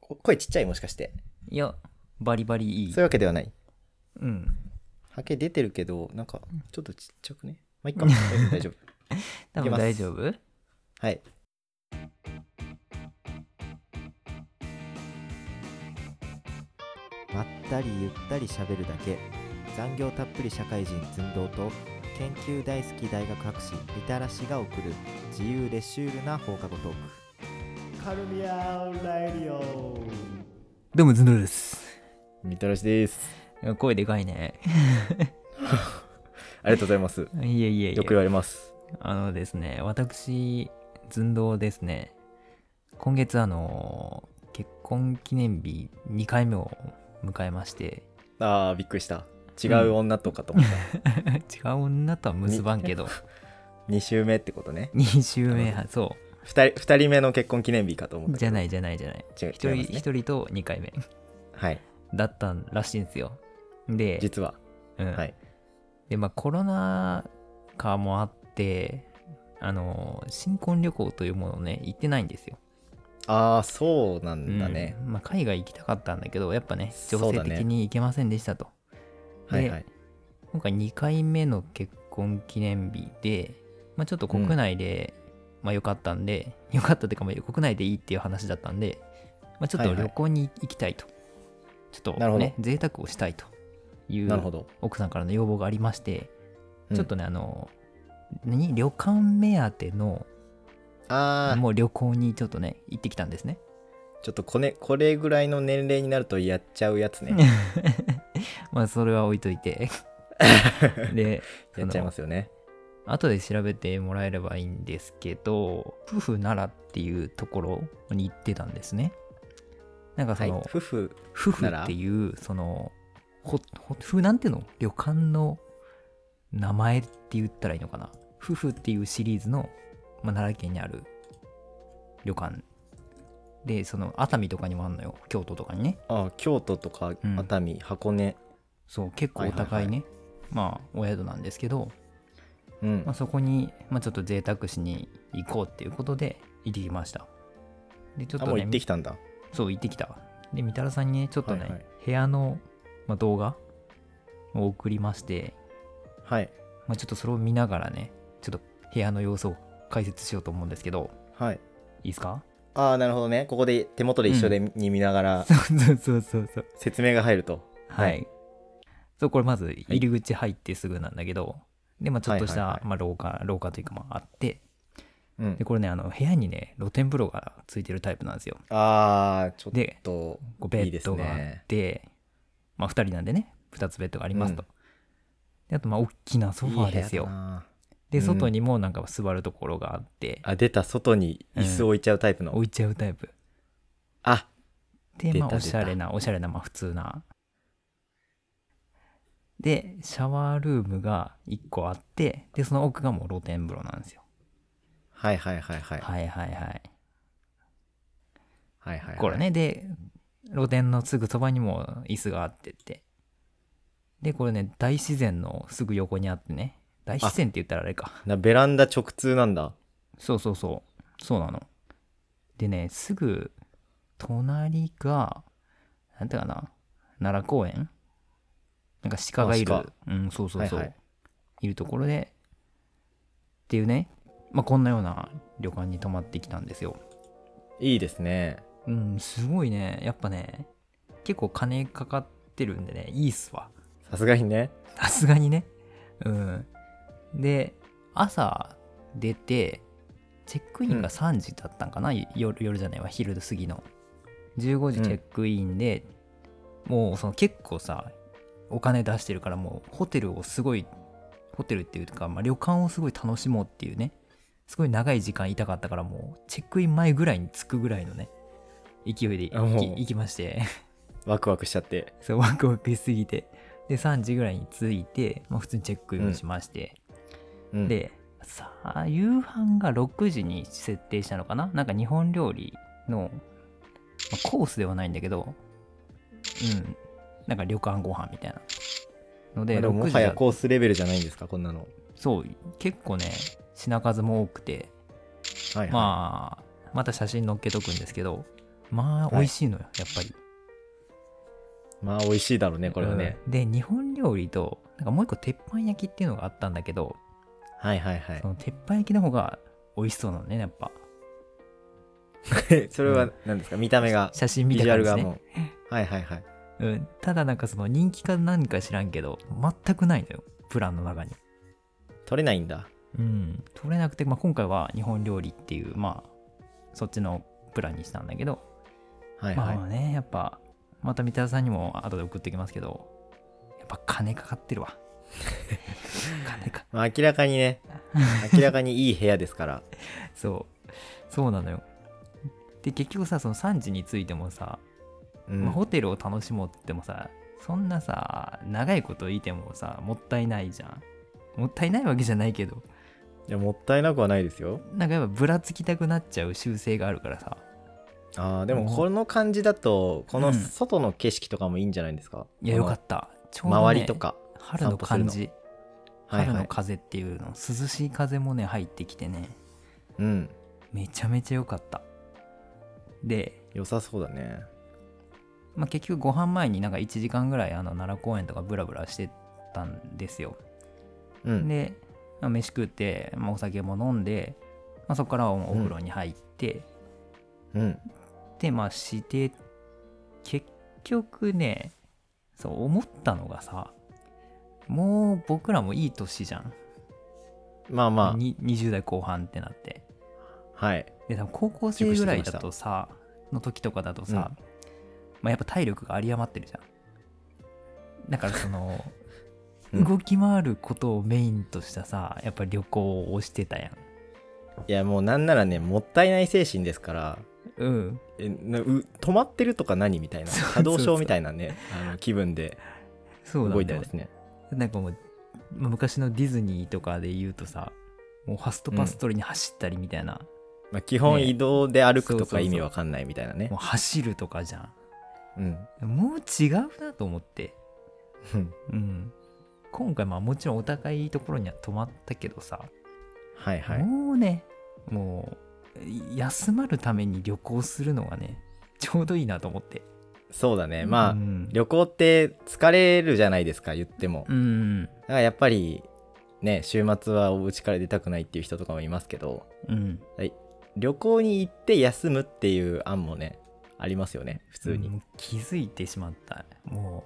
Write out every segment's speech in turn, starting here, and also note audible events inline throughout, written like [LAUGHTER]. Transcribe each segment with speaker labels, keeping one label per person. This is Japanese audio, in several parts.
Speaker 1: 声ちっちゃいもしかして。
Speaker 2: いや、バリバリいい
Speaker 1: そういう。わけではない。
Speaker 2: うん。
Speaker 1: ハケ出てるけど、なんか、ちょっとちっちゃくね。まあ、いっか。大丈夫、大丈夫。
Speaker 3: [LAUGHS]
Speaker 2: 多分大丈夫
Speaker 1: はい。
Speaker 3: まったりゆったり喋るだけ残業たっぷり社会人寸胴と研究大好き大学博士みたらしが送る自由でシュールな放課後トークカルミアラディオ
Speaker 2: どうも、ズンドルです。
Speaker 1: みたらしです。
Speaker 2: 声でかいね。 [LAUGHS]
Speaker 1: ありがとうございます。
Speaker 2: いえいえいえ。
Speaker 1: よく言われます。
Speaker 2: あのですね、私、寸胴ですね、今月あの、結婚記念日2回目を迎えまして、 [LAUGHS]
Speaker 1: ああ、びっくりした。違う女とかと思った。
Speaker 2: 違う女とは結ばん
Speaker 1: [LAUGHS]
Speaker 2: けど、
Speaker 1: 2週目ってことね。
Speaker 2: 2週目は、そ
Speaker 1: 2, 人二人目の結婚記念日かと思っ
Speaker 2: う、
Speaker 1: た
Speaker 2: じ
Speaker 1: け
Speaker 2: ゃ
Speaker 1: ど。
Speaker 2: ないじゃないじゃない。
Speaker 1: 違う違
Speaker 2: 一
Speaker 1: い
Speaker 2: 人、
Speaker 1: ますね
Speaker 2: 一人と2回目
Speaker 1: はい。
Speaker 2: だったらしいんですよ。で、
Speaker 1: 実は。
Speaker 2: うん
Speaker 1: はい。
Speaker 2: で、まあコロナ禍もあって、あの、新婚旅行というものをね、行ってないんですよ。
Speaker 1: ああ、そうなんだね。
Speaker 2: うんまあ、海外行きたかったんだけどやっぱね情
Speaker 1: そう
Speaker 2: 勢
Speaker 1: だね
Speaker 2: 的に行けませんでしたと、で
Speaker 1: はいはい。
Speaker 2: 今回2回目の結婚記念日で、まあ、ちょっと国内で、まあ良かったんで良かったっていうかまあ国内でいいっていう話だったんで、まあ、ちょっ
Speaker 1: は
Speaker 2: と
Speaker 1: いはい
Speaker 2: 旅行に行きたいと、ちょっ
Speaker 1: なる
Speaker 2: と
Speaker 1: ほ
Speaker 2: ね
Speaker 1: ど
Speaker 2: 贅沢をしたいとい
Speaker 1: なるほ
Speaker 2: う
Speaker 1: ど。
Speaker 2: 奥さんからの要望がありまして、
Speaker 1: うん
Speaker 2: ちょっとねあの何旅館目当ての
Speaker 1: ああ、
Speaker 2: もう旅行にちょっとね行ってきた
Speaker 1: [LAUGHS]
Speaker 2: んですね
Speaker 1: ちょっとこれこれぐらいの年齢になるとやっちゃうやつ
Speaker 2: [LAUGHS]
Speaker 1: ね。
Speaker 2: まあそれは置いとい
Speaker 1: [LAUGHS]
Speaker 2: てで
Speaker 1: やっちゃいますよね。
Speaker 2: 後で調べてもらえればいいんですけど夫婦奈良っていうところに行ってたんですねなんかそ
Speaker 1: はい。
Speaker 2: の、
Speaker 1: 夫婦、
Speaker 2: 夫婦っていうそのほほ夫婦なんていうの旅館の名前って言ったらいいのかな夫婦っていうシリーズの、まあ、奈良県にある旅館でその熱海とかにもあんのよ京都とかにね
Speaker 1: ああ京都とか
Speaker 2: うん
Speaker 1: 熱海、箱根。
Speaker 2: そう結構お高いね、まあお宿なんですけど
Speaker 1: うん
Speaker 2: まあ、。そこに、まあ、ちょっと贅沢しに行こうっていうことで行ってきましたでちょっ
Speaker 1: あ、
Speaker 2: と、
Speaker 1: も
Speaker 2: ね、
Speaker 1: う行ってきたんだ。
Speaker 2: そう行ってきたでみたらさんにねちょっとね、
Speaker 1: はいはい
Speaker 2: 部屋の、まあ、動画を送りまして、
Speaker 1: はい。
Speaker 2: まあ、ちょっとそれを見ながらねちょっと部屋の様子を解説しようと思うんですけど
Speaker 1: はい。
Speaker 2: いいですか
Speaker 1: ああなるほどねここで手元で一緒で、に見ながら
Speaker 2: そうそうそうそうそう
Speaker 1: 説明が入ると
Speaker 2: はい、
Speaker 1: はい
Speaker 2: そうこれまず入り口入ってすぐなんだけど、でまあ、ちょっとした、
Speaker 1: はいはいはい
Speaker 2: まあ、廊下廊下というかまああって
Speaker 1: うん
Speaker 2: でこれねあの部屋にね露天風呂がついてるタイプなんですよ
Speaker 1: ああちょっ
Speaker 2: で
Speaker 1: と
Speaker 2: こうベ
Speaker 1: いいで
Speaker 2: ッ
Speaker 1: す
Speaker 2: ドがあ
Speaker 1: ね
Speaker 2: って、まあ2人なんでね2つベッドがありますと、
Speaker 1: う
Speaker 2: であとまあ大きなソファーです
Speaker 1: いい
Speaker 2: よ
Speaker 1: 部屋だな
Speaker 2: で
Speaker 1: うん
Speaker 2: 外にもなんか座るところがあって、
Speaker 1: あ出た外に椅子置いちゃうタイプの、
Speaker 2: 置いちゃうタイプ
Speaker 1: あ
Speaker 2: で
Speaker 1: 出
Speaker 2: ま
Speaker 1: た
Speaker 2: あおしゃれなおしゃれなまあ普通なでシャワールームが1個あってでその奥がもう露天風呂なんですよ
Speaker 1: はいはいはいはい
Speaker 2: はいはいはい
Speaker 1: はいはい
Speaker 2: これねで露店のすぐそばにも椅子があってってでこれね大自然のすぐ横にあってね大自然って言ったらあれか
Speaker 1: なベランダ直通なんだ
Speaker 2: そうそうそうそうなのでねすぐ隣がなんていうかな奈良公園なんか鹿がいる
Speaker 1: あ
Speaker 2: うんそうそうそう、
Speaker 1: はい
Speaker 2: い
Speaker 1: はい
Speaker 2: るところでっていうねまあこんなような旅館に泊まってきたんですよ
Speaker 1: いいですね
Speaker 2: うん、すごいね。やっぱね、結構金かかってるんでね、いいっすわ。
Speaker 1: さすがにね
Speaker 2: さすがにね。うん。で、朝出て、チェックインが
Speaker 1: うん
Speaker 2: 3時だったんかな、夜夜じゃないわ、昼過ぎの。15時チェックインで、もうその結構さ、お金出してるから、もうホテルをすごい、ホテルっていうか、まあ、旅館をすごい楽しもうっていうね、すごい長い時間いたかったから、もうチェックイン前ぐらいに着くぐらいのね、勢いで
Speaker 1: あも
Speaker 2: 行
Speaker 1: う
Speaker 2: き行きまして。
Speaker 1: ワクワクしちゃって
Speaker 2: そうワクワクしすぎてで3時ぐらいに着いて、まあ、普通にチェックインしまして、
Speaker 1: うん
Speaker 2: でさあ夕飯が6時に設定したのかななんか日本料理の、まあコースではないんだけどうんなんか旅館ご飯みたいなの
Speaker 1: ま
Speaker 2: で
Speaker 1: あでも
Speaker 2: 6
Speaker 1: も
Speaker 2: 時
Speaker 1: はや
Speaker 2: だ
Speaker 1: コースレベルじゃないんですかこんなの
Speaker 2: そう結構ね品数も多くて
Speaker 1: はいはい、
Speaker 2: まあまた写真載っけとくんですけどまあ
Speaker 1: い
Speaker 2: 美味しいのよ、やっぱり
Speaker 1: まあ美味しいだろうねこれはね、
Speaker 2: うんで日本料理となんかもう一個鉄板焼きっていうのがあったんだけど
Speaker 1: はいはいは
Speaker 2: その鉄板焼きの方が美味しそうなのねやっぱ
Speaker 1: い [LAUGHS] それは何ですか見た目が
Speaker 2: 写真見
Speaker 1: ビ
Speaker 2: た
Speaker 1: ジュア
Speaker 2: 感
Speaker 1: ル
Speaker 2: じ
Speaker 1: が
Speaker 2: ね
Speaker 1: もうはいはいはい
Speaker 2: うん、ただなんかその人気か何か知らんけど全くないのよプランの中に
Speaker 1: 取れないんだ
Speaker 2: うん取れなくて、まあ、今回は日本料理っていうまあそっちのプランにしたんだけど、
Speaker 1: はいはい、
Speaker 2: まあねやっぱまた三田さんにも後で送ってきますけどやっぱ金かかってるわ金か
Speaker 1: まあ、明らかにね明らかにいい部屋ですから
Speaker 2: そうそうなのよで結局さその産地についてもさ、
Speaker 1: うん
Speaker 2: [LAUGHS] まあホテルを楽しもうって言ってもさそんなさ長いこといてもさもったいないじゃんもったいないわけじゃないけど
Speaker 1: いやもったいなくはないですよ
Speaker 2: なんかやっぱぶらつきたくなっちゃう習性があるからさ
Speaker 1: あーで
Speaker 2: も
Speaker 1: も
Speaker 2: う
Speaker 1: この感じだとこ
Speaker 2: う
Speaker 1: の
Speaker 2: ん
Speaker 1: 外の景色とかもいいんじゃないですか、
Speaker 2: いや
Speaker 1: こ
Speaker 2: よ
Speaker 1: の
Speaker 2: かったちょうどね
Speaker 1: 周りとか、
Speaker 2: 春の感じ
Speaker 1: はい
Speaker 2: 春
Speaker 1: は
Speaker 2: の
Speaker 1: い
Speaker 2: 風っていうの涼しい風もね入ってきてね
Speaker 1: うん
Speaker 2: めちゃめちゃ良かったで、
Speaker 1: 良さそうだね
Speaker 2: まあ、結局ご飯前になんか1時間ぐらいあの奈良公園とかブラブラしてたんですよ
Speaker 1: うん
Speaker 2: で、まあ飯食って、まあ、お酒も飲んで、まあ、そこからはもうお風呂に入って、
Speaker 1: うん
Speaker 2: でまあして結局ねそう思ったのがさもう僕らもいい年じゃん、
Speaker 1: まあま
Speaker 2: に20代後半ってなって
Speaker 1: あはい
Speaker 2: で多分高校生ぐらいだとさの時とかだとさ、
Speaker 1: うん
Speaker 2: まあ、やっぱ体力が有り余ってるじゃんだから
Speaker 1: [LAUGHS]
Speaker 2: その
Speaker 1: うん
Speaker 2: 動き回ることをメインとしたさやっぱ旅行をしてたやん
Speaker 1: いやもうなんならねもったいない精神ですから
Speaker 2: うん
Speaker 1: えなう止まってるとか何みたいな
Speaker 2: そうそうそう
Speaker 1: 波動症みたいなねあの気分で
Speaker 2: そうなんだ
Speaker 1: 動
Speaker 2: よ
Speaker 1: いてますね
Speaker 2: なんかもうまあ昔のディズニーとかで言うとさもうファストパストリに走ったりみたいな、
Speaker 1: まあ、基本
Speaker 2: ね
Speaker 1: 移動で歩く
Speaker 2: そう
Speaker 1: と
Speaker 2: そうそ
Speaker 1: か
Speaker 2: う
Speaker 1: 意味わかんないみたいなね
Speaker 2: もう走るとかじゃ
Speaker 1: うん
Speaker 2: んもう違うなと思って
Speaker 1: うん
Speaker 2: うん今回まあもちろんお高いところには泊まったけどさ、
Speaker 1: はいはい
Speaker 2: もうねもう休まるために旅行するのがねちょうどいいなと思って
Speaker 1: そうだねまあ、
Speaker 2: うん
Speaker 1: 旅行って疲れるじゃないですか言っても
Speaker 2: うん
Speaker 1: だからやっぱりね週末はお家から出たくないっていう人とかもいますけど
Speaker 2: うん
Speaker 1: 旅行に行って休むっていう案もねありますよね普通に、
Speaker 2: もう気づいてしまったも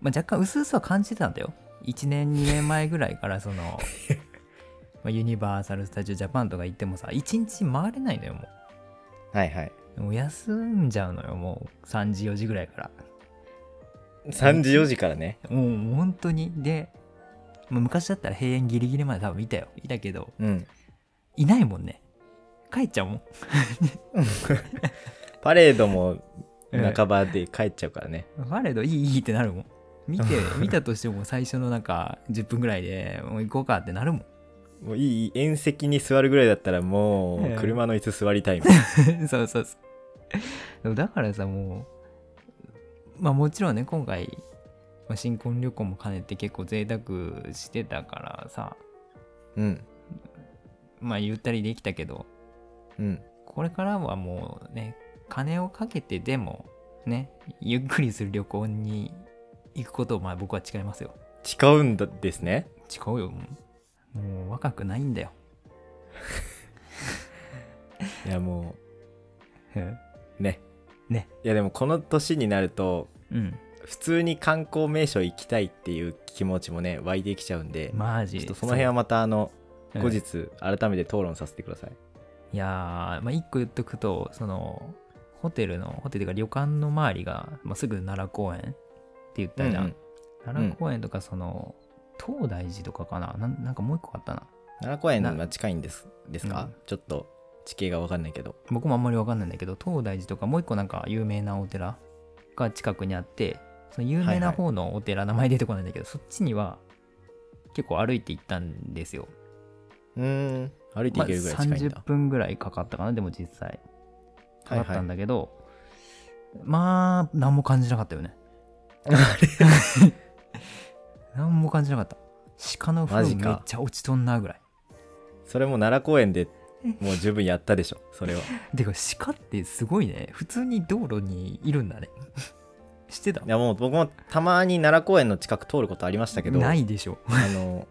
Speaker 2: う、まあ、若干薄々は感じてたんだよ1年2年前ぐらいから [LAUGHS] そのまあユニバーサル・スタジオ・ジャパンとか行ってもさ1日回れないのよも
Speaker 1: はいはいう
Speaker 2: もう休んじゃうのよもう3時4時ぐらいから
Speaker 1: 3時4時からね
Speaker 2: もう本当にで、まあ昔だったら閉園ギリギリまで多分いたよいたけど
Speaker 1: うん
Speaker 2: いないもんね帰っちゃうもん
Speaker 1: パレードも
Speaker 2: ええ
Speaker 1: 半ばで帰っちゃうからね、
Speaker 2: 我れどいいいいってなるもん見 [LAUGHS] て見たとしても最初のなんか10分ぐらいでもう行こうかってなるもん
Speaker 1: もういい縁石に座るぐらいだったらも
Speaker 2: ええ
Speaker 1: う車の椅子座り
Speaker 2: [LAUGHS]
Speaker 1: たいみたいな
Speaker 2: そうそうそう。だからさ、もう、まあもちろんね、今回、まあ新婚旅行も兼ねて結構贅沢してたからさ、
Speaker 1: うん
Speaker 2: まあゆったりできたけど、
Speaker 1: うん
Speaker 2: これからはもうね、金をかけてでも、ね、ゆっくりする旅行に行くことを、まあ僕は違いますよ。
Speaker 1: 誓うんだですね
Speaker 2: 違うよ、もう。もう若くないんだよ。
Speaker 1: いやも
Speaker 2: うん
Speaker 1: うね
Speaker 2: ね
Speaker 1: いやでもこの年になると
Speaker 2: うん。
Speaker 1: 普通に観光名所行きたいっていう気持ちもね湧いてきちゃうんで、
Speaker 2: マ
Speaker 1: ちょ
Speaker 2: ジ
Speaker 1: っとその辺はまたあの
Speaker 2: うん
Speaker 1: 後日改めて討論させてください、
Speaker 2: いやー、まあ、一個言っとくと、その、ホテルの、ホテルというか旅館の周りが、まあ、すぐ奈良公園って言ったじゃん。
Speaker 1: うんうん
Speaker 2: 奈良公園とか、その、東大寺とかかななんなんかもう一個あったな。
Speaker 1: 奈良公園は近いんですですか、
Speaker 2: うん
Speaker 1: ちょっと地形が分かんないけど
Speaker 2: 僕もあんまりわかんないんだけど、東大寺とかもう一個なんか有名なお寺が近くにあって、その有名な方のお寺、名前出てこないんだけど、そっちには結構歩いて行ったんですよ。
Speaker 1: うーん歩いていけるぐらい近いん
Speaker 2: まあ、30
Speaker 1: だ、
Speaker 2: 分ぐらいかかったかな、でも実際。かかっ
Speaker 1: はい
Speaker 2: た
Speaker 1: は
Speaker 2: ん
Speaker 1: い
Speaker 2: だけど、まあ、何も感じなかったよね。
Speaker 1: [LAUGHS]
Speaker 2: 何も感じなかった。鹿の
Speaker 1: マ
Speaker 2: 糞
Speaker 1: ジ
Speaker 2: め
Speaker 1: か
Speaker 2: っちゃ落ちとんなぐらい。
Speaker 1: それも奈良公園でもう十分やったでしょ
Speaker 2: [LAUGHS]
Speaker 1: それは
Speaker 2: てか鹿ってすごいね普通に道路にいるんだね [LAUGHS] 知ってた
Speaker 1: いやもう僕もたまに奈良公園の近く通ることありましたけど
Speaker 2: ないでしょ
Speaker 1: あの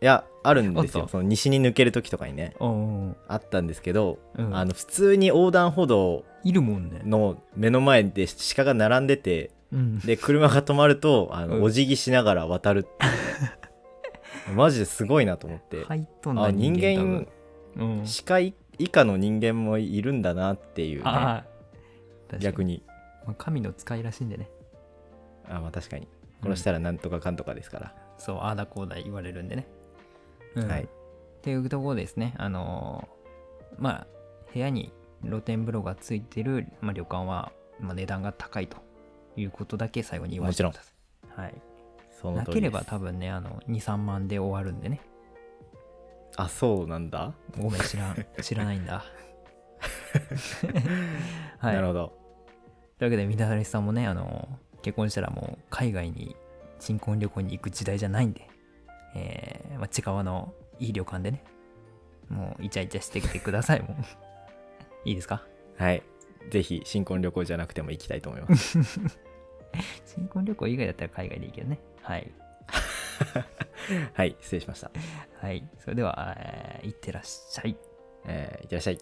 Speaker 1: いやあるんです
Speaker 2: あっ
Speaker 1: よ
Speaker 2: た
Speaker 1: その西に抜ける時とかにね
Speaker 2: うん
Speaker 1: あったんですけど、
Speaker 2: うん
Speaker 1: あの普通に横断歩道
Speaker 2: いるもんね
Speaker 1: の目の前で鹿が並んでて
Speaker 2: うん
Speaker 1: で車が止まるとあの、
Speaker 2: うん
Speaker 1: お辞儀しながら渡るって
Speaker 2: [LAUGHS]
Speaker 1: いうマジですごいなと思って、
Speaker 2: 入っとん
Speaker 1: あ
Speaker 2: だ
Speaker 1: 人
Speaker 2: 人
Speaker 1: 間
Speaker 2: 間多分うん
Speaker 1: 鹿以下の人間もいるんだなっていう、ね、
Speaker 2: ああ
Speaker 1: 逆
Speaker 2: に、
Speaker 1: に
Speaker 2: まあ、神の使いらしいんでね
Speaker 1: あまあ確かに殺したらなんとかかんとかですから、
Speaker 2: そうああだこうだ言われるんでね、うん
Speaker 1: はい
Speaker 2: っていうところですねあのーまあ部屋に露天風呂がついてる、まあ、旅館は、まあ、値段が高いということだけ最後に言わせてくださいはい、
Speaker 1: その
Speaker 2: な
Speaker 1: 通
Speaker 2: け
Speaker 1: り
Speaker 2: れ
Speaker 1: です
Speaker 2: ば多分ねあの23万で終わるんでね
Speaker 1: あそうなんだ、
Speaker 2: ごめん知
Speaker 1: [LAUGHS]
Speaker 2: らん知らないんだはい
Speaker 1: なるほど
Speaker 2: というわけでみなりさんもねあの結婚したらもう海外に新婚旅行に行く時代じゃないんで、えーまあ、近場のいい旅館でねもうイチャイチャしてきてくださいもう [LAUGHS] いいですか
Speaker 1: はいぜひ新婚旅行じゃなくても行きたいと思い
Speaker 2: [LAUGHS]
Speaker 1: ます
Speaker 2: 新婚旅行以外だったら海外でいいけどねはい
Speaker 1: はい失礼しました、
Speaker 2: はいそれでは、えー、行ってらっしゃい
Speaker 1: えーいってらっしゃい